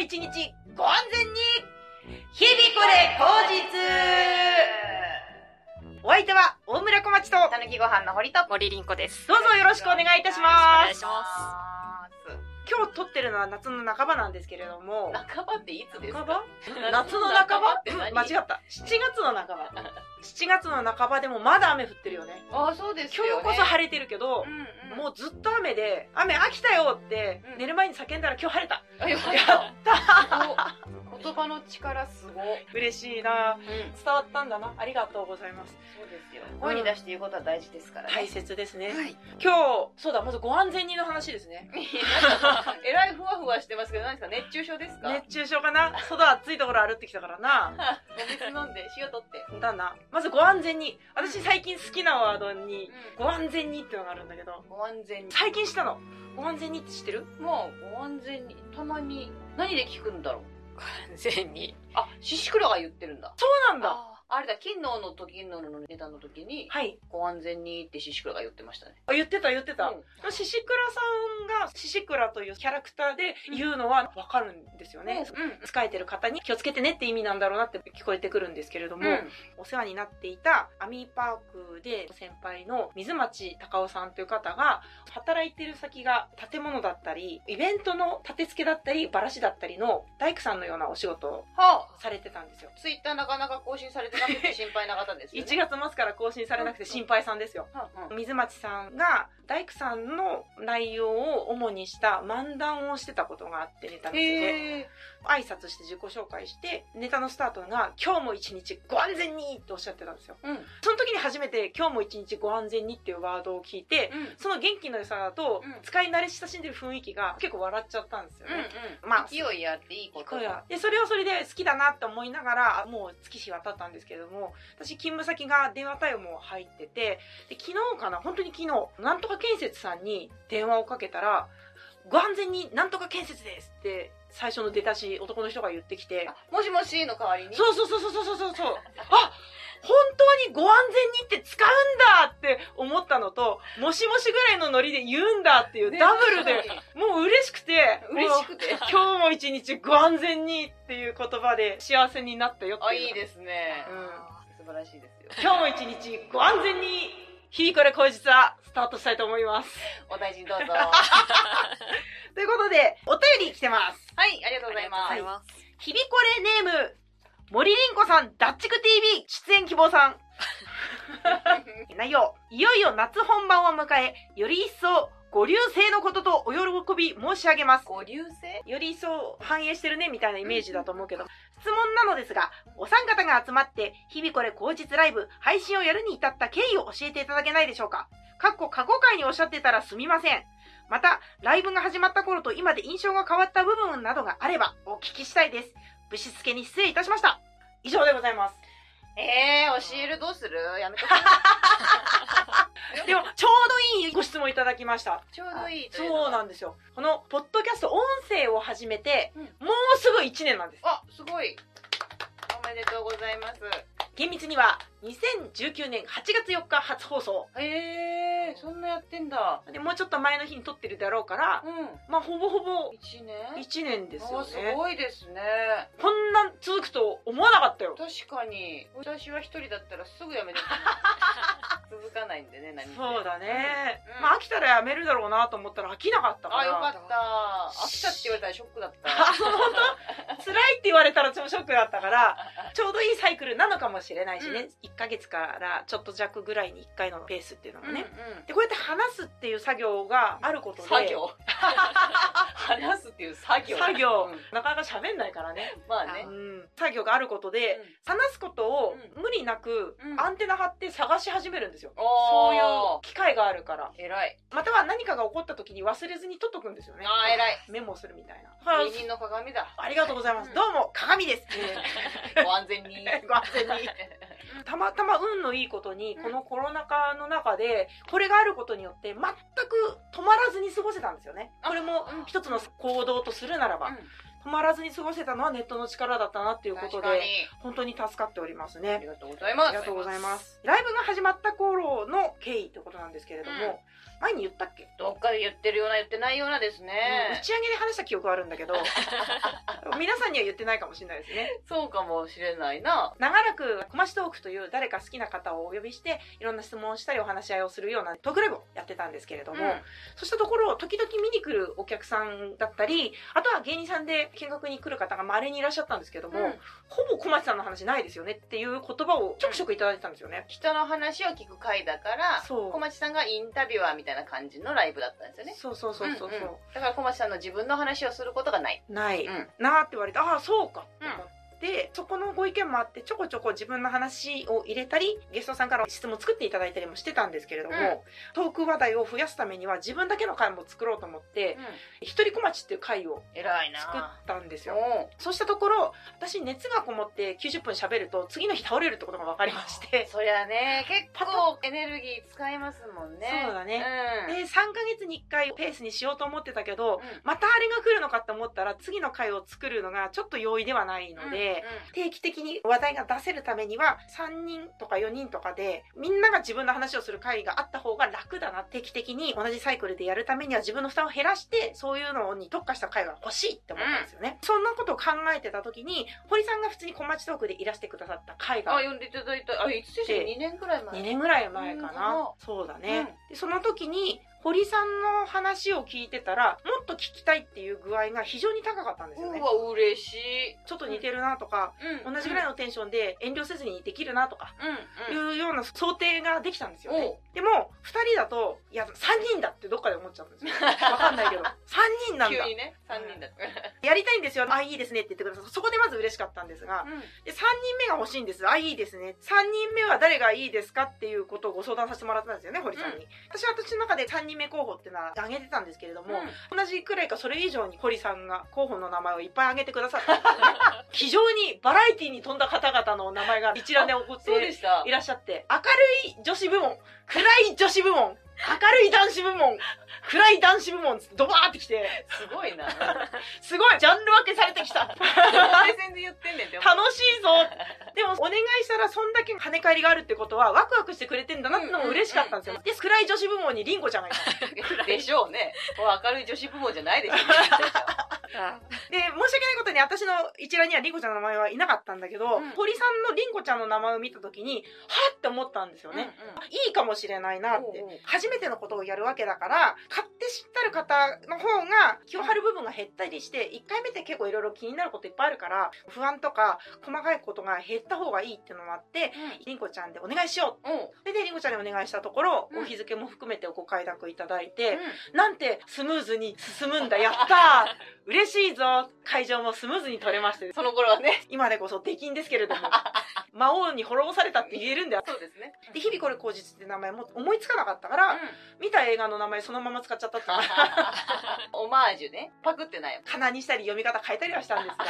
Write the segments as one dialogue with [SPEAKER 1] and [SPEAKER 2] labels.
[SPEAKER 1] 一日ご安全に日々これ口実お相手は大村小町と
[SPEAKER 2] たぬきご飯の堀と
[SPEAKER 3] 森凛子です。
[SPEAKER 1] どうぞよろしくお願いいたしま
[SPEAKER 3] よろ
[SPEAKER 1] す
[SPEAKER 3] しくお願いしま
[SPEAKER 1] 今日撮ってるのは夏の半ばなんですけれども
[SPEAKER 2] 半ばっていつです
[SPEAKER 1] 半
[SPEAKER 2] か
[SPEAKER 1] ば夏の半ば
[SPEAKER 2] って何
[SPEAKER 1] 間違った7月の半ば7月の半ばでもまだ雨降ってるよね
[SPEAKER 2] ああそうです
[SPEAKER 1] 今
[SPEAKER 2] よ、ね、
[SPEAKER 1] 日こそ晴れてるけど、
[SPEAKER 2] うん、うん、
[SPEAKER 1] もうずっと雨で雨飽きたよって
[SPEAKER 2] うん
[SPEAKER 1] 寝る前に叫んだら今日晴れた
[SPEAKER 2] あよかっ
[SPEAKER 1] や
[SPEAKER 2] た
[SPEAKER 1] った
[SPEAKER 2] お言葉の力すごい、
[SPEAKER 1] 嬉しいな
[SPEAKER 2] うん、
[SPEAKER 1] 伝わったんだなありがとうございます
[SPEAKER 2] そうですよ声に出して言うことは大事ですからね、
[SPEAKER 1] 大切ですね、
[SPEAKER 2] はい
[SPEAKER 1] 今日そうだまずご安全にの話ですね
[SPEAKER 2] えらいふわふわしてますけど何ですか熱中症ですか、
[SPEAKER 1] 熱中症かな外暑いところ歩ってきたからな
[SPEAKER 2] お水飲んで塩取って、
[SPEAKER 1] だなまずご安全に私最近好きなワードに
[SPEAKER 2] ご
[SPEAKER 1] ご安全にってのがあるんだけど
[SPEAKER 2] ご安全に
[SPEAKER 1] 最近したのご安全にって知ってる
[SPEAKER 2] もうご安全にたまに何で聞くんだろう
[SPEAKER 3] 完全に。
[SPEAKER 2] あシシクラが言ってるんだ
[SPEAKER 1] そうなんだ
[SPEAKER 2] ああれだ金のの時ののネタの時に
[SPEAKER 1] はい
[SPEAKER 2] ご安全にってシシクラが言ってましたね
[SPEAKER 1] あ言ってた言ってた、
[SPEAKER 2] うん
[SPEAKER 1] シシクラさんがシシクラというキャラクターで言うのはわかるんですよね、
[SPEAKER 2] う
[SPEAKER 1] 使えてる方に気をつけてねって意味なんだろうなって聞こえてくるんですけれども、お世話になっていたアミーパークで先輩の水町隆夫さんという方が働いてる先が建物だったりイベントの立て付けだったりバラシだったりの大工さんのようなお仕事を
[SPEAKER 2] はあ
[SPEAKER 1] されてたんですよ
[SPEAKER 2] ツイッターなかなか更新されてなくて心配な方です
[SPEAKER 1] 1
[SPEAKER 2] よ
[SPEAKER 1] 月末
[SPEAKER 2] ね
[SPEAKER 1] から更新されなくて心配さんですよ
[SPEAKER 2] はあはあ
[SPEAKER 1] 水町さんが大工さんの内容を主にした漫談をしてたことがあってネタの中で
[SPEAKER 2] へえ
[SPEAKER 1] 挨拶して自己紹介してネタのスタートが「今日も一日ご安全に!」っておっしゃってたんですよ
[SPEAKER 2] うん
[SPEAKER 1] その時に初めて「今日も一日ご安全に」っていうワードを聞いて、
[SPEAKER 2] うん
[SPEAKER 1] その元気の良さと
[SPEAKER 2] うん
[SPEAKER 1] 使い慣れ親しんでる雰囲気が結構笑っちゃったんですよね。
[SPEAKER 2] うん
[SPEAKER 1] まあ
[SPEAKER 2] 勢いあっていいこと
[SPEAKER 1] これはでそれはそれで好きだなって思いながらもう月日は経ったんですけれども私勤務先が電話対応も入っててで昨日かな本当に昨日なんとか建設さんに電話をかけたら「ご安全になんとか建設です」って最初の出だし男の人が言ってきて
[SPEAKER 2] あもしもしの代わりに
[SPEAKER 1] そうそうそうそうそうそうそう。あ本当にご安全にって使うんだって思ったのと、もしもしぐらいのノリで言うんだっていう
[SPEAKER 2] ね
[SPEAKER 1] ダブルで、もう嬉しくて、
[SPEAKER 2] 嬉しくて
[SPEAKER 1] もう今日も一日ご安全にっていう言葉で幸せになったよっていう。
[SPEAKER 2] あいいですね
[SPEAKER 1] うん
[SPEAKER 2] 素晴らしいですよ
[SPEAKER 1] 今日も一日ご安全に、日々これ後日はスタートしたいと思います。
[SPEAKER 2] お大事にど うぞ
[SPEAKER 1] ということで、お便り来てます。
[SPEAKER 2] はいありがとうございます
[SPEAKER 3] ありがとうございます。
[SPEAKER 1] 日々これネーム、森凛子さん、ダッチク TV 出演希望さん。内容いよいよ夏本番を迎えより一層ご流星のこととお喜び申し上げます
[SPEAKER 2] ご流星
[SPEAKER 1] より一層反映してるねみたいなイメージだと思うけど質問なのですがお三方が集まって日々これ口実ライブ配信をやるに至った経緯を教えていただけないでしょうかかっこ過去回におっしゃってたらすみませんまたライブが始まった頃と今で印象が変わった部分などがあればお聞きしたいですぶしつけに失礼いたしました以上でございます
[SPEAKER 2] ええ教えるどうするやめとく
[SPEAKER 1] でもちょうどいいご質問いただきました
[SPEAKER 2] ちょうどいいというの
[SPEAKER 1] そう
[SPEAKER 2] が
[SPEAKER 1] なんですよこのポッドキャスト音声を始めて、
[SPEAKER 2] うん
[SPEAKER 1] もうすぐ1年なんです
[SPEAKER 2] あすごいおめでとうございます
[SPEAKER 1] 厳密には2019年8月4日初放送
[SPEAKER 2] へえそんなやってんだ
[SPEAKER 1] でもうちょっと前の日に撮ってるだろうから、
[SPEAKER 2] うん
[SPEAKER 1] まあほぼほぼ
[SPEAKER 2] 一年
[SPEAKER 1] 1年です
[SPEAKER 2] あ
[SPEAKER 1] よ
[SPEAKER 2] す
[SPEAKER 1] ね
[SPEAKER 2] ごいですね
[SPEAKER 1] こんな続くと思わなかったよ
[SPEAKER 2] 確かに私は一人だったらすぐやめてた 続かないんでね何せ
[SPEAKER 1] そうだね、
[SPEAKER 2] うん
[SPEAKER 1] まあ飽きたらやめるだろうなと思ったら飽きなかったから
[SPEAKER 2] あよかった飽きたって言われたらショックだっ
[SPEAKER 1] あ
[SPEAKER 2] た
[SPEAKER 1] そう本当辛いって言われたらちょっとショックだった からちょうどいいサイクルなのかもしれないしね、1ヶ月からちょっと弱ぐらいに1回のペースっていうのもね、でこうやって話すっていう作業があることで
[SPEAKER 2] 作業 話すっていう作業
[SPEAKER 1] 作業
[SPEAKER 2] うん
[SPEAKER 1] なかなか喋んないからね、
[SPEAKER 2] まあね
[SPEAKER 1] うん、作業があることで、話すことを
[SPEAKER 2] う
[SPEAKER 1] 無理なく
[SPEAKER 2] うん
[SPEAKER 1] アンテナ張って探し始めるんですよ、
[SPEAKER 2] そ
[SPEAKER 1] そうう
[SPEAKER 2] い
[SPEAKER 1] いうう機会があるから
[SPEAKER 2] 偉い
[SPEAKER 1] または何かが起こった時に忘れずに取っとくんですよね
[SPEAKER 2] あー偉い
[SPEAKER 1] メモするみたいなだから
[SPEAKER 2] 芸人の鏡だ
[SPEAKER 1] ありがとうございます、
[SPEAKER 2] うん
[SPEAKER 1] どうも鏡です、
[SPEAKER 2] ご安全に
[SPEAKER 1] ご安全 にたまたま運のいいことにこのコロナ禍の中でこれがあることによって全く止まらずに過ごせたんですよねこれも
[SPEAKER 2] うん
[SPEAKER 1] 一つの行動とするならば、止まらずに過ごせたのはネットの力だったなっていうこ
[SPEAKER 2] 確
[SPEAKER 1] と
[SPEAKER 2] かに
[SPEAKER 1] で本当に助かっております
[SPEAKER 2] あ
[SPEAKER 1] ね
[SPEAKER 2] りがとうございます
[SPEAKER 1] ありがとうございますライブが始まった頃の経緯ということなんですけれども、
[SPEAKER 2] うん
[SPEAKER 1] 前に言ったっけ、
[SPEAKER 2] どっかで言ってるような言ってないようなです
[SPEAKER 1] うん
[SPEAKER 2] ね
[SPEAKER 1] 打、ち上げで話した記憶はあるんだけ ど皆さんには言ってないかもしれないですね
[SPEAKER 2] そうかもしれないな
[SPEAKER 1] 長らく小町トークという誰か好きな方をお呼びしていろんな質問をしたりお話し合いをするようなトークライブをやってたんですけれども、そうしたところ時々見に来るお客さんだったりあとは芸人さんで見学に来る方がまれにいらっしゃったんですけども、
[SPEAKER 2] うん
[SPEAKER 1] ほぼ小町さんの話ないですよねっていう言葉をちょくちょくいただいてたんですよね。
[SPEAKER 2] 人の話を聞く回だから
[SPEAKER 1] そう
[SPEAKER 2] 小町さんがインタビュアーみたいな感じのライブだったんですよね
[SPEAKER 1] そうそうそうそうそう、
[SPEAKER 2] んんだから小町さんの自分の話をすることがない、
[SPEAKER 1] ない、
[SPEAKER 2] うん
[SPEAKER 1] なーって言われてああそうかって思って、そこのご意見もあってちょこちょこ自分の話を入れたりゲストさんから質問作っていただいたりもしてたんですけれども、
[SPEAKER 2] うん
[SPEAKER 1] トーク話題を増やすためには自分だけの回も作ろうと思って「一人小町」っていう回を
[SPEAKER 2] 偉いな
[SPEAKER 1] 作ったんですよ。
[SPEAKER 2] お
[SPEAKER 1] そうしたところ私熱がこもって90分喋ると次の日倒れるってことが分かりまし
[SPEAKER 2] う
[SPEAKER 1] て。
[SPEAKER 2] そりゃね結構エネルギー使いますもんね
[SPEAKER 1] そうだね、
[SPEAKER 2] うん
[SPEAKER 1] で3ヶ月に1回ペースにしようと思ってたけど
[SPEAKER 2] うん
[SPEAKER 1] またあれが来るのかって思ったら次の回を作るのがちょっと容易ではないので、定期的に話題が出せるためには3人とか4人とかでみんなが自分の話をする会があった方が楽だな定期的に同じサイクルでやるためには自分の負担を減らしてそういうのに特化した会が欲しいって思ったんですよね、そんなことを考えてた時に堀さんが普通に小町トークでいらしてくださった会
[SPEAKER 2] うん
[SPEAKER 1] が
[SPEAKER 2] あ呼んでいただいたあいつでしょ
[SPEAKER 1] で
[SPEAKER 2] 2年くらい前
[SPEAKER 1] 2年ぐらい前か
[SPEAKER 2] う
[SPEAKER 1] なんそうだね、でその時に堀さんの話を聞いてたらもっと聞きたいっていう具合が非常に高かったんですよね
[SPEAKER 2] うわ嬉しい、
[SPEAKER 1] ちょっと似てるなとか、
[SPEAKER 2] うん
[SPEAKER 1] 同じぐらいのテンションで遠慮せずにできるなとか
[SPEAKER 2] うんうん
[SPEAKER 1] いうような想定ができたんですよね
[SPEAKER 2] お。
[SPEAKER 1] でも、二人だと、いや、三人だってどっかで思っちゃうんですよ。 わかんないけど。三人なんだ
[SPEAKER 2] 急。にね3人だった
[SPEAKER 1] やりたいんですよ。あ、いいですねって言ってください。そこでまず嬉しかったんですが、で、三人目が欲しいんです。あ、いいですね。三人目は誰がいいですかっていうことをご相談させてもらったんですよね、堀さんに。私は私の中で三人目候補っていうのは挙げてたんですけれども、同じくらいかそれ以上に堀さんが候補の名前をいっぱい挙げてくださったんですよ ね。非常にバラエティに富んだ方々の名前が一覧で起こって
[SPEAKER 2] そうでした
[SPEAKER 1] いらっしゃって、明るい女子部門、暗い女子部門、明るい男子部門、暗い男子部門っつってドバーってきて、
[SPEAKER 2] すごいな
[SPEAKER 1] すごいジャンル分けされてき た。
[SPEAKER 2] 対戦で言ってんねんって思う
[SPEAKER 1] 楽しいぞでもお願いしたらそんだけ跳ね返りがあるってことはワクワクしてくれてんだなってのも嬉しかったんですよ。で、暗い女子部門にリンゴちゃんがいた。
[SPEAKER 2] でしょうね。これ明るい女子部門じゃないでしょうね。
[SPEAKER 1] で、申し訳
[SPEAKER 3] あ
[SPEAKER 1] ないことに私の一覧にはリンゴちゃんの名前はいなかったんだけど、
[SPEAKER 2] うん
[SPEAKER 1] 堀さんのリンゴちゃんの名前を見た時に、はって思ったんですよね。いいかもしれないなって
[SPEAKER 2] おうおう
[SPEAKER 1] 初めてのことをやるわけだから買って知ったる方の方が気を張る部分が減ったりして1回目って結構いろいろ気になることいっぱいあるから不安とか細かいことが減った方がいいっていうのもあってりんこちゃんでお願いしよう
[SPEAKER 2] うん。うん。
[SPEAKER 1] それでりんこちゃんにお願いしたところ、
[SPEAKER 2] うん
[SPEAKER 1] お日付も含めてご快諾いただいて、なんてスムーズに進むんだ やったー嬉しいぞ会場もスムーズに取れまして
[SPEAKER 2] その頃はね。
[SPEAKER 1] 今でこそ出禁ですけれど も魔王に滅ぼされたって言えるんだよ
[SPEAKER 2] そうですね。
[SPEAKER 1] で日々これ口実って名前も思いつかなかったから、見た映画の名前そのまま使っちゃったって
[SPEAKER 2] オマージュね。パクってない。
[SPEAKER 1] かなにしたり読み方変えたりはしたんですが、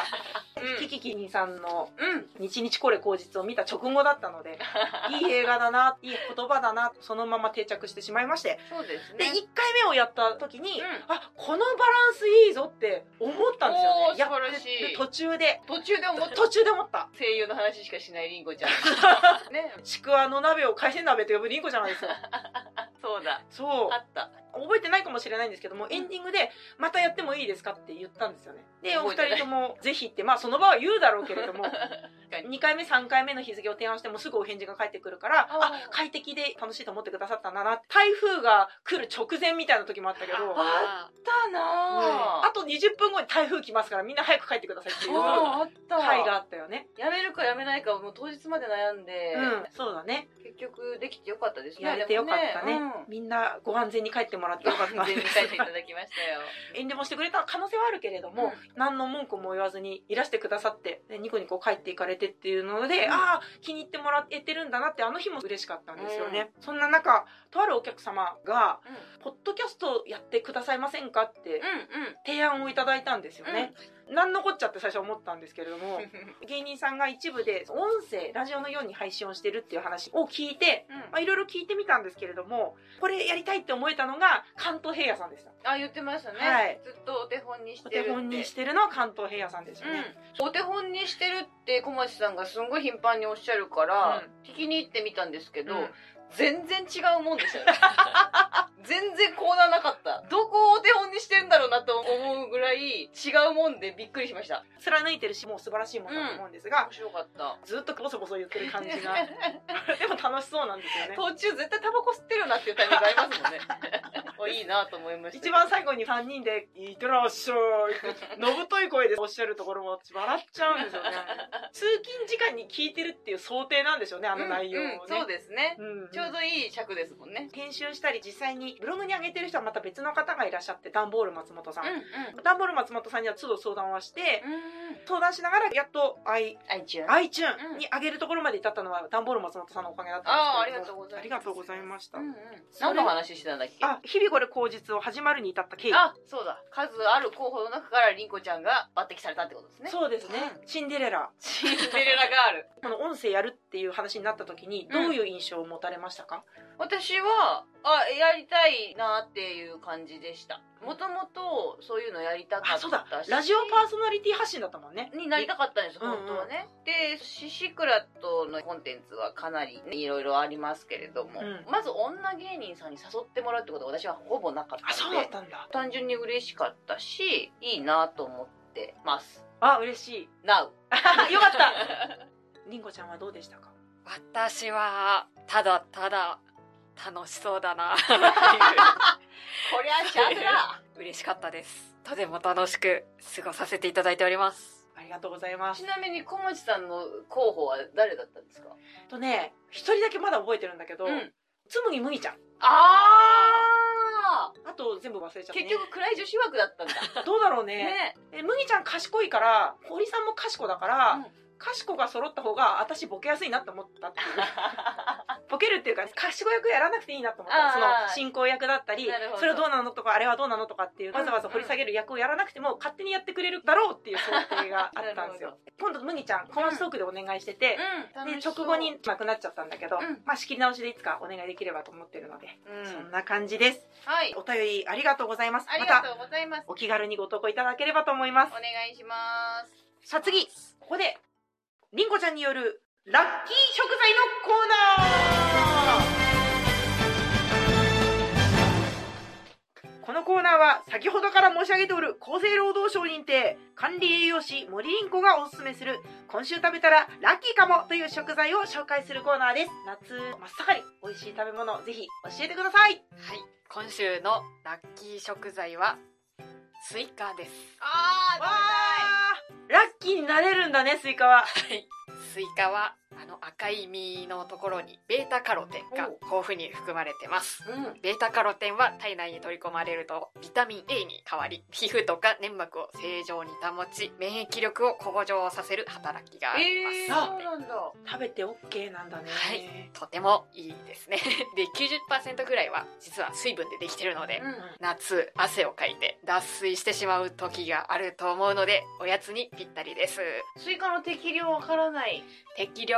[SPEAKER 2] うん
[SPEAKER 1] キキキリンさんの
[SPEAKER 2] うん。
[SPEAKER 1] 「日々これ口実」を見た直後だったの でいい映画だないい言葉だなそのまま定着してしまいまして
[SPEAKER 2] そうです
[SPEAKER 1] で
[SPEAKER 2] ね。
[SPEAKER 1] 1回目をやった時に、
[SPEAKER 2] うん
[SPEAKER 1] あこのバランスいいぞって思ったんですよ
[SPEAKER 2] おー
[SPEAKER 1] ね
[SPEAKER 2] 素晴らしい
[SPEAKER 1] やってて途中で
[SPEAKER 2] 途中で思った
[SPEAKER 1] 途中で思った
[SPEAKER 2] 声優の話しかしないリンゴちゃん。ね。
[SPEAKER 1] ちくわの鍋を海鮮鍋と呼ぶリンコちゃんがです よ
[SPEAKER 2] そうだ。
[SPEAKER 1] そう
[SPEAKER 2] あった。
[SPEAKER 1] 覚えてないかもしれないんですけども、エンディングで、またやってもいいですかって言ったんですよね。で、お
[SPEAKER 2] 覚
[SPEAKER 1] 二
[SPEAKER 2] えてない
[SPEAKER 1] 人とも、ぜひって、まあその場は言うだろうけれども、
[SPEAKER 2] かに
[SPEAKER 1] 2回目、3回目の日付を提案してもすぐお返事が返ってくるから、
[SPEAKER 2] あ
[SPEAKER 1] あ、快適で楽しいと思ってくださったんだな。台風が来る直前みたいな時もあったけど、
[SPEAKER 2] あ
[SPEAKER 1] はい
[SPEAKER 3] あ
[SPEAKER 2] ったな
[SPEAKER 1] あと20分後に台風来ますからみんな早く帰ってくださいっていう
[SPEAKER 2] あった。
[SPEAKER 1] 回があったよね。
[SPEAKER 2] やめるかやめないかもう当日まで悩んで、
[SPEAKER 1] うん、そうだね。
[SPEAKER 2] 結局できてよかったですね。
[SPEAKER 1] やれてよかったね
[SPEAKER 2] でも うん。
[SPEAKER 1] みんなご安全に帰ってもらってよか った。
[SPEAKER 2] 全然書いていただきましたよ。
[SPEAKER 1] 遠慮もしてくれた可能性はあるけれども、
[SPEAKER 2] うん
[SPEAKER 1] 何の文句も言わずにいらしてくださってでニコニコ帰っていかれてっていうので、
[SPEAKER 2] うん
[SPEAKER 1] ああ気に入ってもらえてるんだなってあの日も嬉しかったんですよね、そんな中とあるお客様が「ポッドキャストやってくださいませんか?」って
[SPEAKER 2] う
[SPEAKER 1] 提案をいただいたんですよね、なんのこっちゃって最初思ったんですけれども
[SPEAKER 2] んうん。うん。
[SPEAKER 1] 芸人さんが一部で音声ラジオのように配信をしてるっていう話を聞いて まあいろいろ聞いてみたんですけれどもこれやりたいって思えたのが関東平野さんでした
[SPEAKER 2] あ、言ってましたね。
[SPEAKER 1] はい
[SPEAKER 2] ずっとお手本にし
[SPEAKER 1] お
[SPEAKER 2] てるっ
[SPEAKER 1] 手
[SPEAKER 2] て。
[SPEAKER 1] 本にしてるのは関東平野さんですよね、
[SPEAKER 2] うん、お手本にしてるって小町さんがすんごい頻繁におっしゃるから、
[SPEAKER 1] う
[SPEAKER 2] 聞きに行ってみたんですけど、
[SPEAKER 1] うん
[SPEAKER 2] 全然違うもんでした よね全然コーナーなかったどこをお手本にしてんだろうなと思うぐらい違うもんでびっくりしました
[SPEAKER 1] 貫いてるしもう素晴らしいものだと思うんですが
[SPEAKER 2] 面、白かった
[SPEAKER 1] ずっとボソボソ言ってる感 じがでも楽しそうなんですよね
[SPEAKER 2] 途中絶対タバコ吸ってるよなっていうタイミングあります もんねおいいなと思いました
[SPEAKER 1] 一番最後に3人で「いってらっしゃい」のぶとい声でおっしゃるところも笑っちゃうんですよ ね通勤時間に聞いてるっていう想定なんでしょうねあの内容をね、
[SPEAKER 2] うんうんそうですね
[SPEAKER 1] うんうん
[SPEAKER 2] ちょうどいい尺ですもんね
[SPEAKER 1] 編集したり実際にブログに上げてる人はまた別の方がいらっしゃってダンボール松本さん、
[SPEAKER 2] うん
[SPEAKER 1] ダンボール松本さんには都度相談はして、
[SPEAKER 2] うん
[SPEAKER 1] 相談しながらやっと i-
[SPEAKER 2] あいちゃん
[SPEAKER 1] iTune に上げるところまで至ったのはダンボール松本さんのおかげだったんですけれども
[SPEAKER 2] あーあ
[SPEAKER 1] あり
[SPEAKER 2] り
[SPEAKER 1] が
[SPEAKER 2] が
[SPEAKER 1] と
[SPEAKER 2] と
[SPEAKER 1] う
[SPEAKER 2] う
[SPEAKER 1] ご
[SPEAKER 2] ご
[SPEAKER 1] ざ
[SPEAKER 2] ざ
[SPEAKER 1] い
[SPEAKER 2] い
[SPEAKER 1] ま
[SPEAKER 2] ま
[SPEAKER 1] した、
[SPEAKER 2] うんうん何の話してたんだっけ
[SPEAKER 1] あ日々これ口実を始まるに至った経緯
[SPEAKER 2] あそうだ数ある候補の中からりんこちゃんが抜擢されたってことですね
[SPEAKER 1] そうですね、シンデレラ
[SPEAKER 2] シンデレラガール
[SPEAKER 1] この音声やるっていう話になった時にどういう印象を持たれましたか、
[SPEAKER 2] 私はあやりたいなっていう感じでしたもともとそういうのやりたか
[SPEAKER 1] あ
[SPEAKER 2] っ
[SPEAKER 1] そうだ
[SPEAKER 2] たし
[SPEAKER 1] ラジオパーソナリティ発信だったもんね
[SPEAKER 2] になりたかったんです
[SPEAKER 1] うんうん
[SPEAKER 2] 本当はね、でシシクラとのコンテンツはかなりねいろいろありますけれども、
[SPEAKER 1] うん
[SPEAKER 2] まず女芸人さんに誘ってもらうってことは私はほぼなかっ
[SPEAKER 1] あ
[SPEAKER 2] た
[SPEAKER 1] そ
[SPEAKER 2] の
[SPEAKER 1] うだ
[SPEAKER 2] で
[SPEAKER 1] ったんだ
[SPEAKER 2] 単純に嬉しかったしいいなと思ってます
[SPEAKER 1] あ嬉 しい
[SPEAKER 2] Now
[SPEAKER 1] よかったりんごちゃんはどうでしたか
[SPEAKER 3] 私はただただ楽しそうだな
[SPEAKER 2] こりゃ幸せだ
[SPEAKER 3] 嬉しかったですとても楽しく過ごさせていただいております
[SPEAKER 1] ありがとうございます
[SPEAKER 2] ちなみに小町さんの候補は誰だったんですか
[SPEAKER 1] えっとね一人だけまだ覚えてるんだけど、
[SPEAKER 2] うん
[SPEAKER 1] つむぎむぎちゃん
[SPEAKER 2] あ
[SPEAKER 1] あと全部忘れちゃった、
[SPEAKER 2] ー
[SPEAKER 1] ね、
[SPEAKER 2] 結局暗い女子枠だったんだ
[SPEAKER 1] どうだろうね
[SPEAKER 2] ね
[SPEAKER 1] え麦ちゃん賢いから堀さんも賢だから、
[SPEAKER 2] うん
[SPEAKER 1] 賢が揃った方が私ボケやすいなって思ったっていう ボケるっていうか賢い役やらなくていいなと思った
[SPEAKER 2] あー
[SPEAKER 1] その進行役だったり
[SPEAKER 2] なるほど
[SPEAKER 1] それはどうなのとかあれはどうなのとかっていうわざわざ掘り下げる役をやらなくても勝手にやってくれるだろうっていう想定があったんです
[SPEAKER 2] な
[SPEAKER 1] よ今度麦ちゃんこのトークでお願いしてて、
[SPEAKER 2] うん
[SPEAKER 1] で直後に亡くなっちゃったんだけど、
[SPEAKER 2] うん
[SPEAKER 1] まあ仕切り直しでいつかお願いできればと思ってるので、
[SPEAKER 2] うん
[SPEAKER 1] そんな感じです
[SPEAKER 2] はい
[SPEAKER 1] お便りありがとうございます
[SPEAKER 2] あり
[SPEAKER 1] ま
[SPEAKER 2] が
[SPEAKER 1] た
[SPEAKER 2] とうございます
[SPEAKER 1] お気軽にご投稿いただければと思います
[SPEAKER 2] お願いします
[SPEAKER 1] さあ次ここでりんごちゃんによるラッキー食材のコーナーこのコーナーは先ほどから申し上げておる厚生労働省認定管理栄養士森凛子がおすすめする今週食べたらラッキーかもという食材を紹介するコーナーです夏真っ盛り美味しい食べ物ぜひ教えてください
[SPEAKER 3] はい今週のラッキー食材はスイカです
[SPEAKER 2] あ
[SPEAKER 1] わーラッキーになれるんだねスイカは
[SPEAKER 3] はいスイカはあの赤い実のところにベータカロテンが豊富に含まれてます
[SPEAKER 2] うん
[SPEAKER 3] ベータカロテンは体内に取り込まれるとビタミン A に変わり皮膚とか粘膜を正常に保ち免疫力を向上させる働きがあります、
[SPEAKER 2] えー、そうなんだ
[SPEAKER 1] 食べて OK なんだね
[SPEAKER 3] はいとてもいいですねで90%ぐらいは実は水分でできてるので、
[SPEAKER 2] うん
[SPEAKER 3] 夏汗をかいて脱水してしまう時があると思うのでおやつにぴったりです
[SPEAKER 2] スイカの適量わからない
[SPEAKER 3] 適量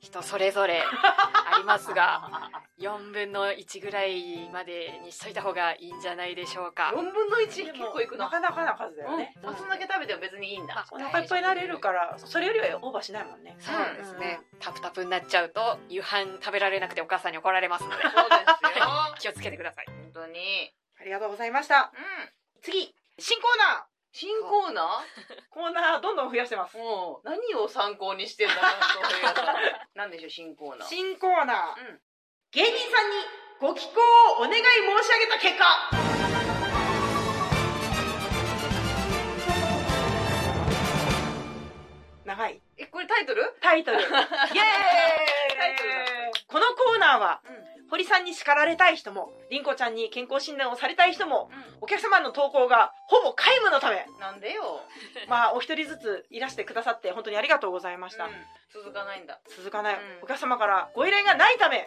[SPEAKER 3] 人それぞれあります が4分の1ぐらいまでにしといた方がいいんじゃないでしょうか
[SPEAKER 2] 4分の1
[SPEAKER 1] で
[SPEAKER 2] 結
[SPEAKER 1] も
[SPEAKER 2] 構いくな
[SPEAKER 1] なかなかな数だよね、
[SPEAKER 2] うんあそんだけ食べても別にいいんだ
[SPEAKER 1] お腹いっぱいになれるからそれよりはオーバーしないもんね
[SPEAKER 3] そうですね、タプタプになっちゃうと夕飯食べられなくてお母さんに怒られますので
[SPEAKER 2] そうですよ
[SPEAKER 3] 気をつけてください
[SPEAKER 2] 本当に
[SPEAKER 1] ありがとうございました
[SPEAKER 2] うん
[SPEAKER 1] 次新コーナー
[SPEAKER 2] 新コーナー
[SPEAKER 1] コーナーどんどん増やしてます
[SPEAKER 2] もう何を参考にしてんだなそういう のなんでしょう新コーナー
[SPEAKER 1] 新コーナー
[SPEAKER 2] うん
[SPEAKER 1] 芸人さんにご寄稿をお願い申し上げた結果長い
[SPEAKER 2] えこれタイトル
[SPEAKER 1] タ イトルイエーイ
[SPEAKER 2] タイトルだ
[SPEAKER 1] このコーナーは
[SPEAKER 2] うん
[SPEAKER 1] 堀さんに叱られたい人も凛子ちゃんに健康診断をされたい人も
[SPEAKER 2] う
[SPEAKER 1] お客様の投稿がほぼ皆無のた め
[SPEAKER 2] んなんでよ、
[SPEAKER 1] まあお一人ずついらしてくださって本当にありがとうございました、
[SPEAKER 2] うん続かないんだ
[SPEAKER 1] 続かない、
[SPEAKER 2] うん
[SPEAKER 1] お客様からご依頼がないため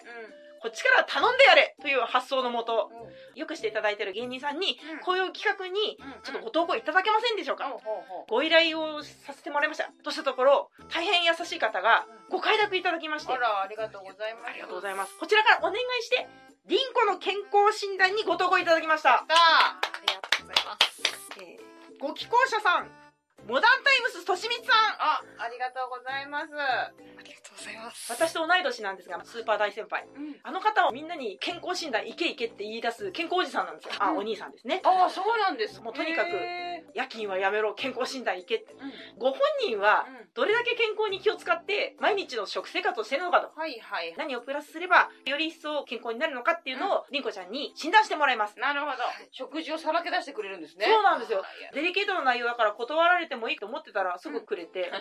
[SPEAKER 2] う
[SPEAKER 1] こっちから頼んでやれという発想のもと
[SPEAKER 2] ん、うん、
[SPEAKER 1] よくしていただいている芸人さんに
[SPEAKER 2] うん
[SPEAKER 1] こういう企画に
[SPEAKER 2] うん
[SPEAKER 1] ちょっとご投稿いただけませんでしょうか、
[SPEAKER 2] ほうほうほ
[SPEAKER 1] ご依頼をさせてもらいましたとしたところ大変優しい方がご快諾いただきまして
[SPEAKER 2] うあらありがとうございます
[SPEAKER 1] ありがとうございますこちらからお願いして凛子の健康診断にご投稿いただきました
[SPEAKER 2] やった
[SPEAKER 3] ありがとうございます
[SPEAKER 1] えーご寄稿者さんモダンタイムスとしみつさん
[SPEAKER 2] あありがとうございます
[SPEAKER 3] ありがととうございます。
[SPEAKER 1] 私と同い年なんですが、スーパー大先輩。
[SPEAKER 2] うん
[SPEAKER 1] あの方はみんなに健康診断行け行けって言い出す健康おじさんなんですよ。あ、
[SPEAKER 2] うん
[SPEAKER 1] お兄さんですね。
[SPEAKER 2] ああそうなんです
[SPEAKER 1] もうとにかく
[SPEAKER 2] へ
[SPEAKER 1] 夜勤はやめろ、健康診断行けって。
[SPEAKER 2] ーうん
[SPEAKER 1] ご本人は、
[SPEAKER 2] うん
[SPEAKER 1] どれだけ健康に気を使って、毎日の食生活をしてるのかと。
[SPEAKER 2] はいはい
[SPEAKER 1] 何をプラスすれば、より一層健康になるのかっていうのを、りんこちゃんに診断してもらいます。
[SPEAKER 2] なるほど食事をさらけ出してくれるんですね
[SPEAKER 1] そうなんですよ
[SPEAKER 2] い や
[SPEAKER 1] デリケートな内容だから断られてもいいと思ってたら、すぐくれて。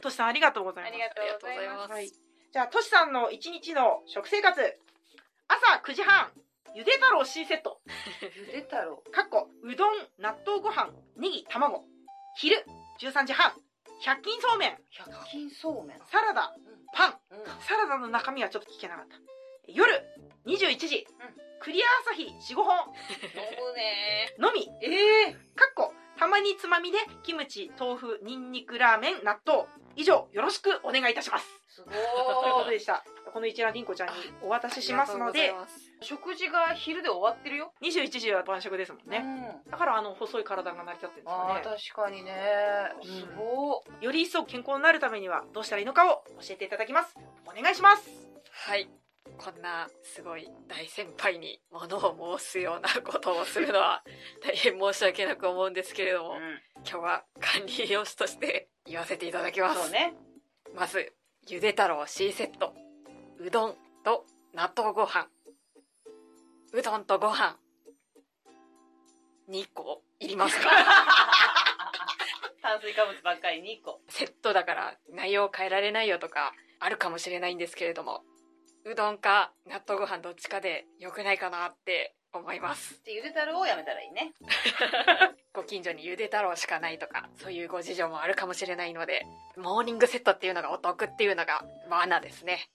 [SPEAKER 1] としさんありがとうございま
[SPEAKER 2] あ
[SPEAKER 1] す
[SPEAKER 2] り。がとうございます。
[SPEAKER 1] はい。じゃあ、としさんの一日の食生活。朝9時半、ゆで太郎 C セット。
[SPEAKER 2] ゆで太郎。
[SPEAKER 1] かっこ、うどん、納豆ご飯、ネギ、卵。昼、13時半、100均そうめん、
[SPEAKER 2] 百均そうめん。
[SPEAKER 1] サラダ、パン。サラダの中身はちょっと聞けなかった。夜、21時、クリア朝日4、5本
[SPEAKER 2] むね。
[SPEAKER 1] のみ。
[SPEAKER 2] ええ
[SPEAKER 1] かっこ、たまにつまみで、キムチ、豆腐、ニンニク、ラーメン、納豆。以上、よろしくお願いいたします。
[SPEAKER 2] すご
[SPEAKER 1] ということ
[SPEAKER 2] い。
[SPEAKER 1] でした。この一覧りんこちゃんにお渡ししますので、
[SPEAKER 2] 食事が昼で終わってるよ。
[SPEAKER 1] 21時は晩食ですもんね。
[SPEAKER 2] ね。
[SPEAKER 1] だからあの細い体が成り立ってるんです
[SPEAKER 2] ああ
[SPEAKER 1] かね。
[SPEAKER 2] 確かにね。すごい。
[SPEAKER 1] より一層健康になるためにはどうしたらいいのかを教えていただきます。お願いします。
[SPEAKER 3] はい。こんなすごい大先輩に物を申すようなことをするのは 大変申し訳なく思うんですけれども、今日は管理栄養士として言わせていただきます。
[SPEAKER 2] そうね。
[SPEAKER 3] まず、ゆで太郎 C セット、うどんと納豆ご飯、うどんとご飯、2個いりますか
[SPEAKER 2] 炭水化物ばっかり二個。
[SPEAKER 3] セットだから内容変えられないよとかあるかもしれないんですけれども、うどんか納豆ご飯どっちかで良くないかなって思います。
[SPEAKER 2] でゆで太郎をやめたらいいね。
[SPEAKER 3] ご近所にゆで太郎しかないとか、そういうご事情もあるかもしれないので、モーニングセットっていうのがお得っていうのが罠ですね。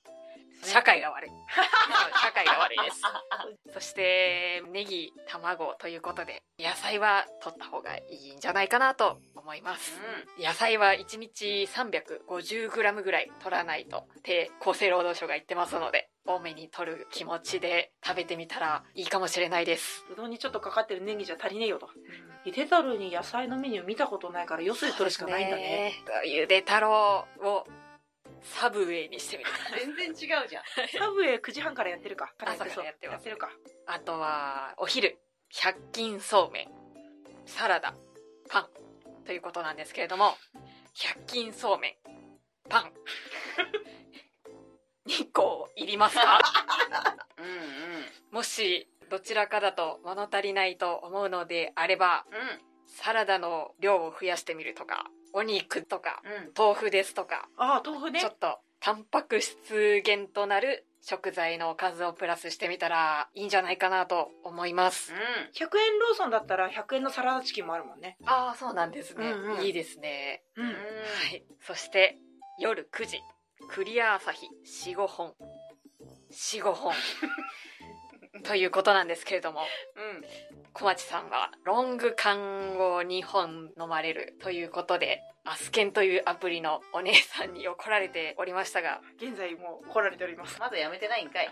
[SPEAKER 3] 社会が悪い。 社会が悪いです。 そして、ネギ、卵ということで、野菜は取った方がいいんじゃないかなと思います。野菜は1日 350g ぐらい取らないとって厚生労働省が言ってますので、多めに取る気持ちで食べてみたらいいかもしれないです。
[SPEAKER 1] うどんにちょっとかかってるネギじゃ足りねえよと。ゆで太郎に野菜のメニュー見たことないから、よそで取るしかないんだね。
[SPEAKER 3] そうですね。ゆで太郎をサブウェイにしてみた。
[SPEAKER 2] 全然違うじゃん。
[SPEAKER 1] サブウェイ9時半からやってるか。
[SPEAKER 3] 朝からやってます
[SPEAKER 1] やってるか。
[SPEAKER 3] あとは、お昼、100均そうめん、サラダ、パンということなんですけれども、100均そうめん、パン、2個いりま すか
[SPEAKER 2] うんうん
[SPEAKER 3] もし、どちらかだと物足りないと思うのであれば、サラダの量を増やしてみるとか、お肉とか、
[SPEAKER 2] うんうん。
[SPEAKER 3] 豆腐ですとか、
[SPEAKER 1] ああ、豆腐ね
[SPEAKER 3] ちょ。っと、タンパク質源となる食材のおかずをプラスしてみたらいいんじゃないかなと思います。
[SPEAKER 1] 100円ローソンだったら100円のサラダチキンもあるもんね。
[SPEAKER 3] ああ、そうなんですね。
[SPEAKER 1] うんうん
[SPEAKER 3] いいですね。
[SPEAKER 1] う
[SPEAKER 2] うん。
[SPEAKER 3] はい。そして、夜9時、クリア朝日4、5本。4、5本。 ということなんですけれども、
[SPEAKER 2] うん。
[SPEAKER 3] 小町さんはロング缶を2本飲まれるということで、アスケンというアプリのお姉さんに怒られておりましたが、
[SPEAKER 1] 現在もう怒られております。
[SPEAKER 2] まだやめてないんかい。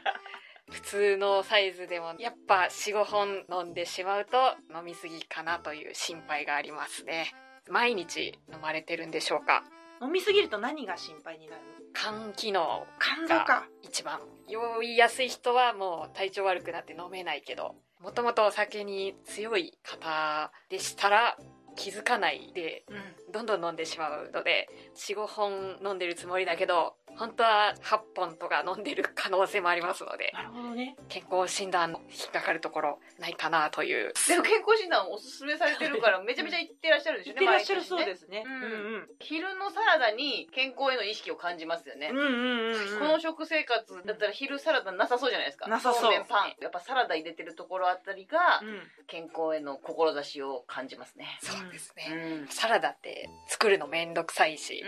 [SPEAKER 3] 普通のサイズでもやっぱ45本飲んでしまうと飲みすぎかなという心配がありますね毎日飲まれてるんでしょうか
[SPEAKER 1] 飲みすぎると何が心配になるの
[SPEAKER 3] 肝機能
[SPEAKER 1] 肝臓か。
[SPEAKER 3] 一番酔いやすい人はもう体調悪くなって飲めないけどもともとお酒に強い方でしたら気づかないで
[SPEAKER 2] うん。
[SPEAKER 3] どんどん飲んでしまうので45本飲んでるつもりだけど本当は8本とか飲んでる可能性もありますので
[SPEAKER 1] なるほどね。
[SPEAKER 3] 健康診断の引っかかるところないかなという
[SPEAKER 2] でも健康診断おすすめされてるからめちゃめちゃ行ってらっしゃるでし
[SPEAKER 1] 言
[SPEAKER 2] ょ
[SPEAKER 1] ってらっ
[SPEAKER 2] ね
[SPEAKER 1] しゃるそうですすね。
[SPEAKER 2] うん
[SPEAKER 1] うん
[SPEAKER 2] 昼のサラダに健康への意識を感じますよね、
[SPEAKER 1] うん。うんうんうんうん。
[SPEAKER 2] この食生活だったら昼サラダなさそうじゃないですか
[SPEAKER 1] なさそう
[SPEAKER 2] めんパンやっぱサラダ入れてるところあたりが
[SPEAKER 1] うん
[SPEAKER 2] 健康への志を感じますね
[SPEAKER 3] そうです
[SPEAKER 2] う
[SPEAKER 3] ね、
[SPEAKER 2] ん、うん
[SPEAKER 3] サラダって作るのめんどくさいし、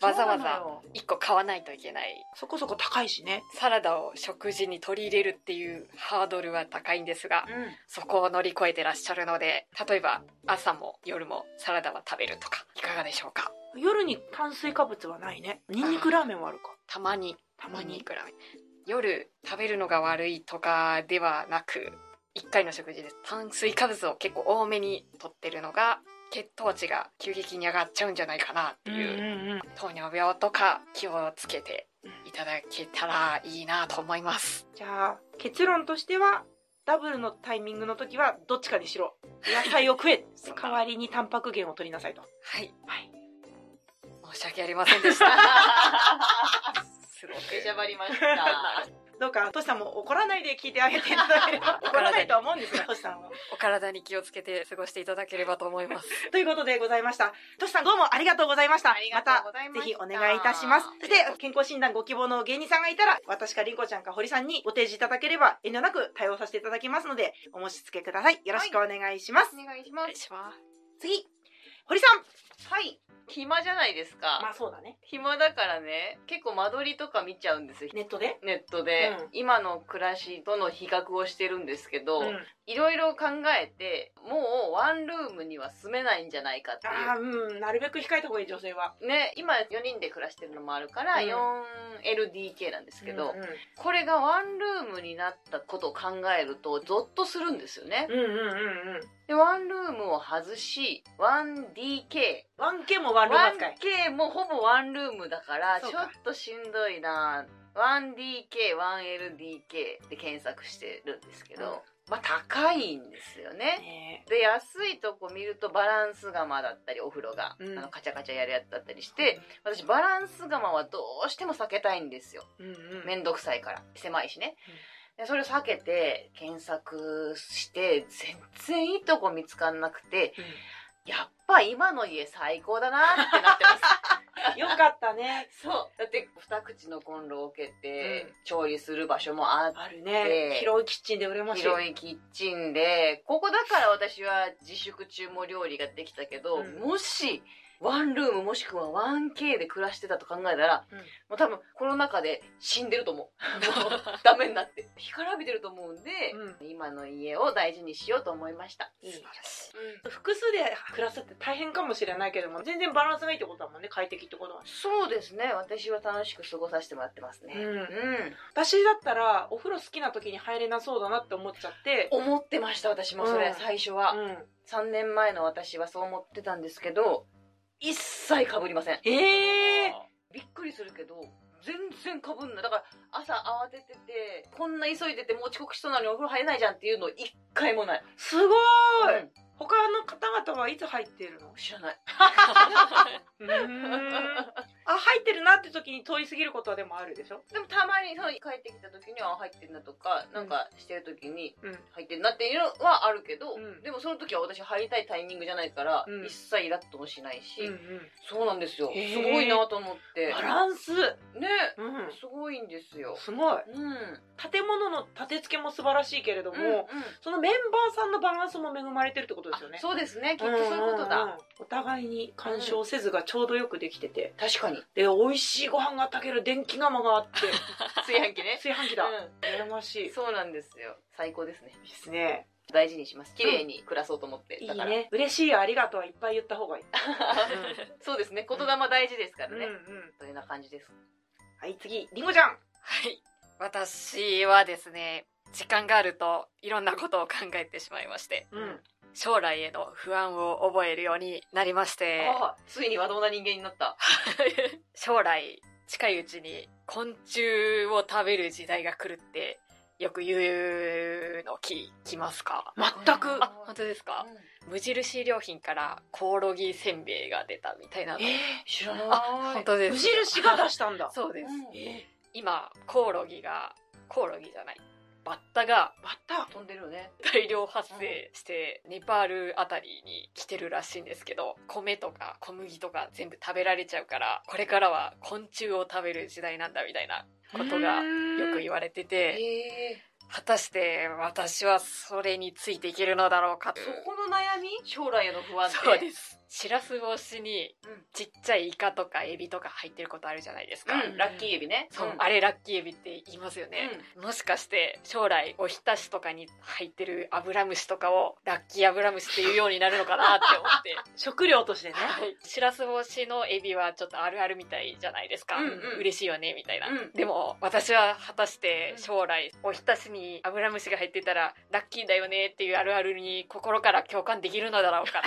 [SPEAKER 3] わざわざ1個買わないといけない
[SPEAKER 1] そこそこ高いしね。
[SPEAKER 3] サラダを食事に取り入れるっていうハードルは高いんですが
[SPEAKER 2] うん
[SPEAKER 3] そこを乗り越えてらっしゃるので例えば朝も夜もサラダは食べるとかいかがでしょうか
[SPEAKER 1] 夜に炭水化物はないね。ニンニクラーメンはあるか。
[SPEAKER 3] たまに
[SPEAKER 1] たま
[SPEAKER 3] ニンニ
[SPEAKER 1] に。
[SPEAKER 3] クラーメン夜食べるのが悪いとかではなく1回の食事で炭水化物を結構多めに取ってるのが血糖値が急激に上がっちゃうんじゃないかなって
[SPEAKER 1] うん
[SPEAKER 3] いう、
[SPEAKER 1] うんうん。
[SPEAKER 3] 糖尿病とか気をつけていただけたらいいなと思います。
[SPEAKER 1] じゃあ結論としてはダブルのタイミングの時はどっちかにしろ野菜を食え
[SPEAKER 3] そう
[SPEAKER 1] 代わりにタンパク源を取りなさいと
[SPEAKER 3] はい。
[SPEAKER 1] はい
[SPEAKER 3] 申し訳ありませんで した。すごく。
[SPEAKER 2] 出しゃばりま した。
[SPEAKER 1] どうかトシさんも怒らないで聞いてあげていただければ怒らないとは思うんですがトシさんは
[SPEAKER 3] お体に気をつけて過ごしていただければと思います。
[SPEAKER 1] ということでございましたトシさんどうもありがとうございました
[SPEAKER 2] ありがとうござい
[SPEAKER 1] ぜ
[SPEAKER 2] ま
[SPEAKER 1] ひ
[SPEAKER 2] した
[SPEAKER 1] お願いいたします。そして、健康診断ご希望の芸人さんがいたら、私かりんこちゃんか堀さんにご提示いただければ、遠慮なく対応させていただきますので、お申し付けください。よろしくお願いします。
[SPEAKER 2] お願いし
[SPEAKER 3] お
[SPEAKER 2] ま
[SPEAKER 3] 願い
[SPEAKER 2] す。
[SPEAKER 3] します。
[SPEAKER 1] 次、堀さん。
[SPEAKER 2] はい。暇じゃないですか。
[SPEAKER 1] まあそうだね。
[SPEAKER 2] 暇だからね、結構間取りとか見ちゃうんですよ。
[SPEAKER 1] ネットで。
[SPEAKER 2] ネットで、
[SPEAKER 1] うん
[SPEAKER 2] 今の暮らしとの比較をしてるんですけど、
[SPEAKER 1] うん
[SPEAKER 2] いろいろ考えて、もうワンルームには住めないんじゃないかってい
[SPEAKER 1] ああ、うん、なるべく控えた方がいい女性は。
[SPEAKER 2] う。ね、今4人で暮らしてるのもあるから、
[SPEAKER 1] うん
[SPEAKER 2] 4LDK なんですけど、
[SPEAKER 1] うんう
[SPEAKER 2] これがワンルームになったことを考えると、ゾッとするんですよね。
[SPEAKER 1] ん、うん、うん、うん、うん。
[SPEAKER 2] で、ワンルームを外し、1DK。
[SPEAKER 1] ワンケもワンルーム扱い。
[SPEAKER 2] 1K もほぼワンルームだから
[SPEAKER 1] そう
[SPEAKER 2] ちょ
[SPEAKER 1] か
[SPEAKER 2] っとしんどいな 1DK1LDK で検索してるんですけど、まあ高いんですよね
[SPEAKER 1] ね
[SPEAKER 2] で安いとこ見るとバランス釜だったりお風呂が、
[SPEAKER 1] うん
[SPEAKER 2] あのカチャカチャやるやつだったりして私バランス釜はどうしても避けたいんですよ
[SPEAKER 1] えうん、うん、
[SPEAKER 2] 面倒くさいから狭いしね、でそれを避けて検索して全然いいとこ見つかんなくてやっぱ今の家最高だなってなっ てます
[SPEAKER 1] うんよかったね。
[SPEAKER 2] そうだって二口のコンロを置けて、
[SPEAKER 1] うん
[SPEAKER 2] 調理する場所もあっ
[SPEAKER 1] あるね。
[SPEAKER 2] で
[SPEAKER 1] 広いキッチンで売れまし
[SPEAKER 2] て
[SPEAKER 1] い。
[SPEAKER 2] 広いキッチンでここだから私は自粛中も料理ができたけど、
[SPEAKER 1] うん
[SPEAKER 2] もしワンルームもしくは 1K で暮らしてたと考えたら、
[SPEAKER 1] うん
[SPEAKER 2] もう多分コロナ禍で死んでると思 うもうダメになって干からびてると思うんで、
[SPEAKER 1] うん
[SPEAKER 2] 今の家を大事にしようと思いました、
[SPEAKER 1] いい
[SPEAKER 3] し
[SPEAKER 1] 複数で暮らすって大変かもしれないけども全然バランスがいいってことだもんね快適ってことは
[SPEAKER 2] そうですね私は楽しく過ごさせてもらってますね
[SPEAKER 1] うん
[SPEAKER 2] うん
[SPEAKER 1] 私だったらお風呂好きな時に入れなそうだなって思っちゃって、
[SPEAKER 2] 思ってました私もそれ、
[SPEAKER 1] うん
[SPEAKER 2] 最初は、
[SPEAKER 1] うん、
[SPEAKER 2] 3年前の私はそう思ってたんですけど一切かぶりません
[SPEAKER 1] ええ
[SPEAKER 2] びっくりするけど全然かぶんないだから朝慌てててこんな急いでてもう遅刻しそうなのにお風呂入れないじゃんっていうの一回もない、
[SPEAKER 1] すごい、
[SPEAKER 2] うん
[SPEAKER 1] 他の方々はいつ入ってるの
[SPEAKER 2] 知らない
[SPEAKER 1] うん あ入ってるなって時に通り過ぎることはでもあるでしょ
[SPEAKER 2] でもたまにそう帰ってきた時にはあ入ってんなとかなんかしてる時に
[SPEAKER 1] うん
[SPEAKER 2] 入ってんなっていうのはあるけど、
[SPEAKER 1] うん
[SPEAKER 2] でもその時は私入りたいタイミングじゃないから、
[SPEAKER 1] うん
[SPEAKER 2] 一切イラッともしないし、
[SPEAKER 1] うん
[SPEAKER 2] そうなんですよ
[SPEAKER 1] へー
[SPEAKER 2] すごいなと思って
[SPEAKER 1] バランス、う
[SPEAKER 2] ね
[SPEAKER 1] ん、
[SPEAKER 2] すごいんですよ
[SPEAKER 1] すごい
[SPEAKER 2] うん
[SPEAKER 1] 建物の建て付けも素晴らしいけれども、そのメンバーさんのバランスも恵まれてるってことですよね
[SPEAKER 2] あそうですねきっとそういうことだ、
[SPEAKER 1] んんんお互いに干渉せずがちょうどよくできてて、
[SPEAKER 2] 確かに
[SPEAKER 1] で美味しいご飯が炊ける電気釜があって
[SPEAKER 2] 炊飯器ね
[SPEAKER 1] 炊飯器だ、羨ましいで
[SPEAKER 2] そうなんですよ最高ですね
[SPEAKER 1] すね
[SPEAKER 2] 大事にします綺麗に暮らそうと思って、
[SPEAKER 1] いい
[SPEAKER 2] だから
[SPEAKER 1] ね嬉しいありがとうはいっぱい言った方がいい、
[SPEAKER 2] そうですね言霊大事ですから
[SPEAKER 1] うん
[SPEAKER 2] ね、
[SPEAKER 1] うん
[SPEAKER 2] そういうような感じです
[SPEAKER 1] はい次りんごちゃん
[SPEAKER 3] はい。私はですね、時間があるといろんなことを考えてしまいまして、
[SPEAKER 1] うん
[SPEAKER 3] 将来への不安を覚えるようになりまして、
[SPEAKER 2] ああついに和道な人間になった
[SPEAKER 3] 将来近いうちに昆虫を食べる時代が来るってよく言うの聞きますか
[SPEAKER 1] 全く
[SPEAKER 3] あ、本当ですか無印良品からコオロギせんべいが出たみたいなの。
[SPEAKER 1] え
[SPEAKER 2] 知らない
[SPEAKER 3] あ、本当
[SPEAKER 1] ー、
[SPEAKER 3] です。
[SPEAKER 1] 無印が出したんだ
[SPEAKER 3] そうです。
[SPEAKER 2] うん
[SPEAKER 1] え
[SPEAKER 3] 今、コオロギが、コオロギじゃない。バッタが
[SPEAKER 1] ー、バッタ
[SPEAKER 2] 飛んでるよね
[SPEAKER 3] 大量発生して、ネパールあたりに来てるらしいんですけど、米とか小麦とか全部食べられちゃうから、これからは昆虫を食べる時代なんだみたいなことがよく言われてて、
[SPEAKER 2] ええ
[SPEAKER 3] 果たして私はそれについていけるのだろうか。
[SPEAKER 2] そこの悩み将来への不安って
[SPEAKER 3] そうです。シラス干しに
[SPEAKER 2] うん
[SPEAKER 3] ちっちゃいイカとかエビとか入ってることあるじゃないですか。
[SPEAKER 2] うんラッキーエビね
[SPEAKER 3] そう、
[SPEAKER 2] ん
[SPEAKER 3] あれラッキーエビって言いますよね。
[SPEAKER 2] うん
[SPEAKER 3] もしかして将来おひたしとかに入ってるアブラムシとかをラッキーアブラムシっていうようになるのかなって思って、
[SPEAKER 1] 食料としてね
[SPEAKER 3] はい、シラス干しのエビはちょっとあるあるみたいじゃないですか、
[SPEAKER 2] うんうん
[SPEAKER 3] 嬉しいよねみたいな、
[SPEAKER 2] うん
[SPEAKER 3] でも私は果たして将来おひたしににアブラムシが入ってたらラッキーだよねっていうあるあるに心から共感できるのだろうか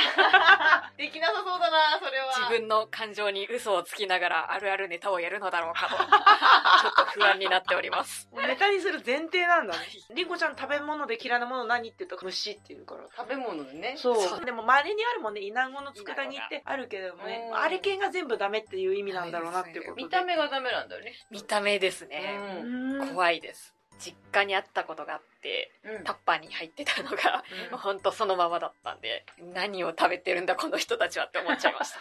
[SPEAKER 3] と
[SPEAKER 2] できなさそうだなそれは
[SPEAKER 3] 自分の感情に嘘をつきながらあるあるネタをやるのだろう かとちょっと不安になっております
[SPEAKER 1] もうネタにする前提なんだねりんごちゃん食べ物で嫌いなもの何って言ったら虫って言うから
[SPEAKER 2] 食べ物でね
[SPEAKER 1] そう
[SPEAKER 3] そ
[SPEAKER 1] でも周りにあるもんねイナゴの佃煮ってあるけどもね
[SPEAKER 2] うん
[SPEAKER 1] あれ系が全部ダメっていう意味なんだろうなっていうことで
[SPEAKER 2] 見た目がダメなんだよね、
[SPEAKER 3] 見た目ですね、
[SPEAKER 1] う
[SPEAKER 2] うん
[SPEAKER 1] ん
[SPEAKER 3] 怖いです実家にあったことがあって
[SPEAKER 2] うん
[SPEAKER 3] タッパーに入ってたのがもうほんとそのままだったんで何を食べてるんだこの人たちはって思っちゃい ました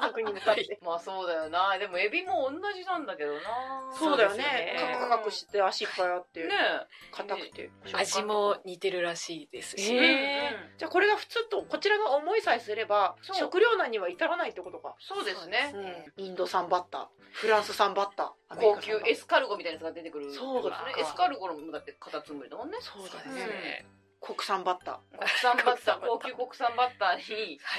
[SPEAKER 1] 家族に向かって
[SPEAKER 2] まあそうだよなでもエビも同じなんだけどな
[SPEAKER 1] そうだよね
[SPEAKER 3] そうですよね
[SPEAKER 1] カクカクして足いっぱいあって
[SPEAKER 2] ね
[SPEAKER 1] 硬くて
[SPEAKER 3] 味も似てるらしいですし、
[SPEAKER 1] ええじゃあこれが普通とこちらが思いさえすれば
[SPEAKER 2] そう
[SPEAKER 1] 食糧難には至らないってことか
[SPEAKER 2] そうですね
[SPEAKER 3] そうですね
[SPEAKER 1] インド産バッタフランス産バッタアメリ
[SPEAKER 2] 高
[SPEAKER 1] カ産
[SPEAKER 2] 級
[SPEAKER 1] バッタ
[SPEAKER 2] エスカルゴみたいなやつが出てくる
[SPEAKER 1] そうだ
[SPEAKER 2] ねエスカルゴのだってカタツムリだもんね
[SPEAKER 1] そう
[SPEAKER 3] そう
[SPEAKER 1] だ
[SPEAKER 3] です
[SPEAKER 1] ね
[SPEAKER 3] ね、
[SPEAKER 1] 国産バッタ
[SPEAKER 2] 国産バッター
[SPEAKER 3] 国産バッタ
[SPEAKER 2] 高級国産バッターに
[SPEAKER 3] は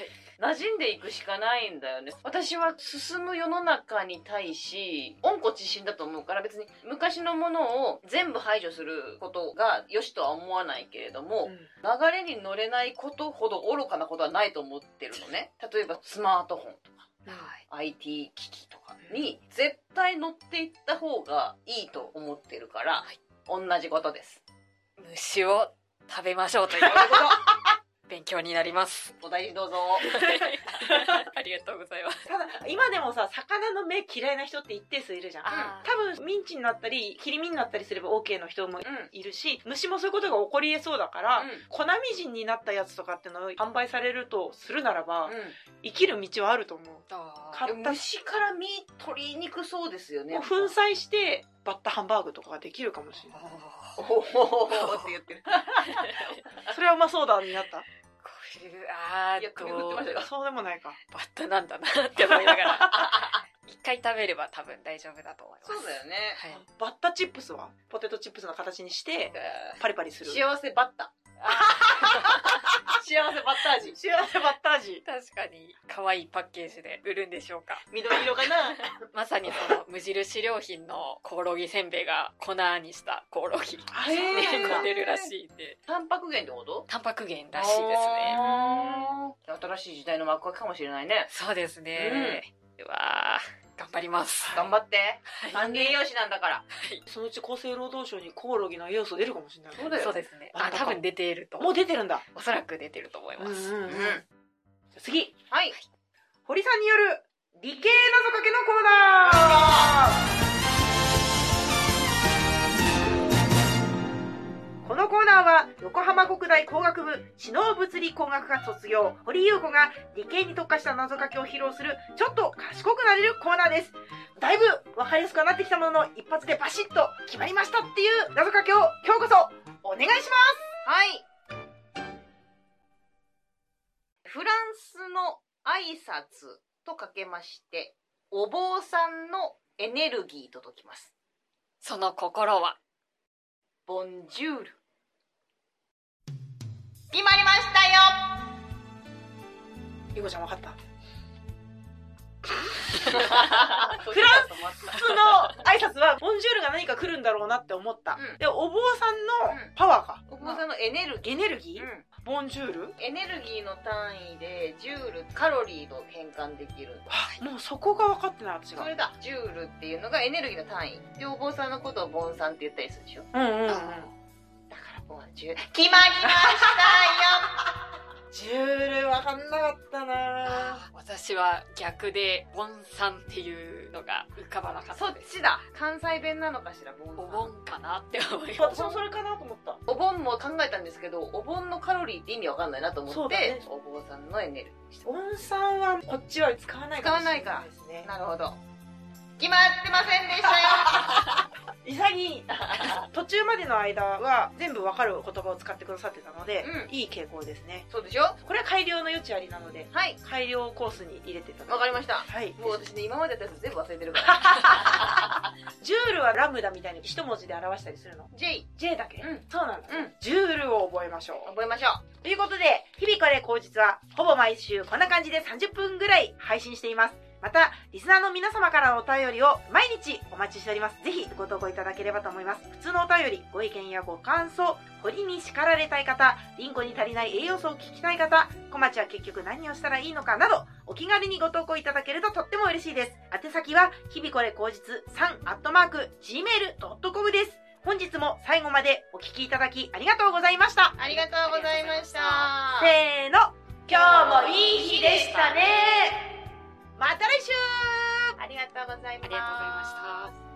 [SPEAKER 2] 馴
[SPEAKER 3] い
[SPEAKER 2] 染んでいくしかないんだよね私は進む世の中に対し温故知新だと思うから別に昔のものを全部排除することが良しとは思わないけれども、流れに乗れないことほど愚かなことはないと思ってるのね例えばスマートフォンとか
[SPEAKER 3] はい
[SPEAKER 2] IT 機器とかに絶対乗っていった方がいいと思ってるから、同じことです
[SPEAKER 3] 虫を食べましょうという
[SPEAKER 2] そういうこ
[SPEAKER 3] 勉強になります。
[SPEAKER 2] とお大事にどうぞ
[SPEAKER 3] ありがとうございます。
[SPEAKER 1] ただ今でもさ魚の目嫌いな人って一定数いるじゃん
[SPEAKER 2] あ
[SPEAKER 1] 多分ミンチになったり切り身になったりすれば OK の人も
[SPEAKER 2] うん
[SPEAKER 1] いるし虫もそういうことが起こりえそうだから、
[SPEAKER 2] うん
[SPEAKER 1] 粉みじんになったやつとかってのを販売されるとするならば、
[SPEAKER 2] うん
[SPEAKER 1] 生きる道はあると思う
[SPEAKER 3] あ
[SPEAKER 1] 買
[SPEAKER 2] で
[SPEAKER 1] っ
[SPEAKER 2] も
[SPEAKER 1] た
[SPEAKER 2] 虫から身取りにくそうですよね
[SPEAKER 1] もう粉砕してバッタハンバーグとかができるかもしれない
[SPEAKER 2] おほほほほって言ってる
[SPEAKER 1] それはうまそうだになった
[SPEAKER 3] こういうあー
[SPEAKER 2] いや首振っ
[SPEAKER 3] ど
[SPEAKER 2] て
[SPEAKER 3] う
[SPEAKER 2] ましたよ
[SPEAKER 1] そうでもないか
[SPEAKER 3] バッタなんだなって思いなが ら一回食べれば多分大丈夫だと思いま す。
[SPEAKER 2] そうだよね
[SPEAKER 3] はい。
[SPEAKER 1] バッタチップスはポテトチップスの形にしてパリパリする幸
[SPEAKER 2] 幸せバッタ 幸せバッタ味
[SPEAKER 1] せバッタ味
[SPEAKER 3] 確かに可愛いパッケージで売るんでしょうか。
[SPEAKER 2] 緑色かな
[SPEAKER 3] まさにその無印良品のコオロギせんべいが粉にしたコオロギ。
[SPEAKER 1] あ
[SPEAKER 2] へ
[SPEAKER 1] そう
[SPEAKER 2] ー
[SPEAKER 1] なんだ
[SPEAKER 3] 猫出るらしいんで、
[SPEAKER 2] タンパク源ってこと
[SPEAKER 3] タンパク源らしいですね。
[SPEAKER 2] あー新しい時代の幕開けかもしれないね
[SPEAKER 3] そうですね。うわあ、頑張ります。
[SPEAKER 2] 頑張って三元養子なんだから
[SPEAKER 1] そのうち厚生労働省にコオロギの要素出るかもしれない
[SPEAKER 2] そうだよ
[SPEAKER 3] そうですね。
[SPEAKER 1] 真
[SPEAKER 3] あ
[SPEAKER 1] ん、中
[SPEAKER 3] 多分出ていると。
[SPEAKER 1] もう出てるんだ
[SPEAKER 3] おそらく出てると思います。
[SPEAKER 1] うんうんうん
[SPEAKER 2] うん
[SPEAKER 1] じゃあ次
[SPEAKER 2] はい
[SPEAKER 1] 堀さんによる理系謎かけのコーナーこのコーナーは横浜国大工学部知能物理工学科卒業堀優子が理系に特化した謎かけを披露するちょっと賢くなれるコーナーですだいぶ分かりやすくはなってきたものの一発でバシッと決まりましたっていう謎かけを今日こそお願いします
[SPEAKER 2] はいフランスの挨拶とかけましてお坊さんのエネルギーと解きます
[SPEAKER 3] その心は。
[SPEAKER 2] ボンジュール決まりました
[SPEAKER 1] 優子ちゃん分か った
[SPEAKER 2] よフランス
[SPEAKER 1] 普通の挨拶はボンジュールが何か来るんだろうなって思った、
[SPEAKER 2] うん
[SPEAKER 1] でお坊さんの
[SPEAKER 2] うん
[SPEAKER 1] パワーか、
[SPEAKER 2] お坊さんのエネルギ
[SPEAKER 1] エネルギ
[SPEAKER 2] ー、
[SPEAKER 1] ー、ボンジュール
[SPEAKER 2] エネルギーの単位でジュールカロリーと変換できる
[SPEAKER 1] もうそこが分かってない私が
[SPEAKER 2] それだジュールっていうのがエネルギーの単位でお坊さんのことをボンさんって言ったりするでしょ
[SPEAKER 1] うんうんうん
[SPEAKER 2] だからボンジュール決まりました
[SPEAKER 1] ジュール分かんなかったな
[SPEAKER 3] 私は逆で、ボンさんっていうのが浮かばなかっ
[SPEAKER 2] よ
[SPEAKER 3] た
[SPEAKER 2] そっ
[SPEAKER 3] です。
[SPEAKER 2] ちだ関西弁なのかしらボンさ
[SPEAKER 3] お
[SPEAKER 2] ん
[SPEAKER 3] 盆かなって思います。
[SPEAKER 1] 私もそれかなと思った
[SPEAKER 2] お盆も考えたんですけどお盆のカロリーって意味わかんないなと思
[SPEAKER 1] そう
[SPEAKER 2] って、
[SPEAKER 1] だね
[SPEAKER 2] お坊さんのエネルギーにし
[SPEAKER 1] ボンさんはこっちは使わないかもしれないですね
[SPEAKER 2] たなるほど決まってません でした
[SPEAKER 1] 潔 い途中までの間は全部分かる言葉を使ってくださってたので、
[SPEAKER 2] うん
[SPEAKER 1] いい傾向ですね
[SPEAKER 2] よそうでしょ
[SPEAKER 1] これは改良の余地ありなので
[SPEAKER 2] はい
[SPEAKER 1] 改良コースに入れていただいて
[SPEAKER 2] わかりました
[SPEAKER 1] はい
[SPEAKER 2] もう私ね今までやったやつ全部忘れてるから
[SPEAKER 1] ジュールはラムダみたいに一文字で表したりするの
[SPEAKER 2] J
[SPEAKER 1] J だけ、
[SPEAKER 2] うん
[SPEAKER 1] そうなんだ、
[SPEAKER 2] うん
[SPEAKER 1] ジュールを覚えましょう
[SPEAKER 2] 覚えましょ
[SPEAKER 1] ということで日々これ口実はほぼ毎週こんな感じで30分ぐらい配信していますまたリスナーの皆様からのお便りを毎日お待ちしておりますぜひご投稿いただければと思います普通のお便りご意見やご感想堀に叱られたい方リンゴに足りない栄養素を聞きたい方小町は結局何をしたらいいのかなどお気軽にご投稿いただけるととっても嬉しいです宛先は日々これ口実3アットマーク gmail.com です本日も最後までお聞きいただきありがとうございました
[SPEAKER 4] ありがとうございました。
[SPEAKER 1] せーの
[SPEAKER 2] 今日もいい日でしたね
[SPEAKER 1] また来週
[SPEAKER 4] ありがとうございます。
[SPEAKER 3] ありがとうございました。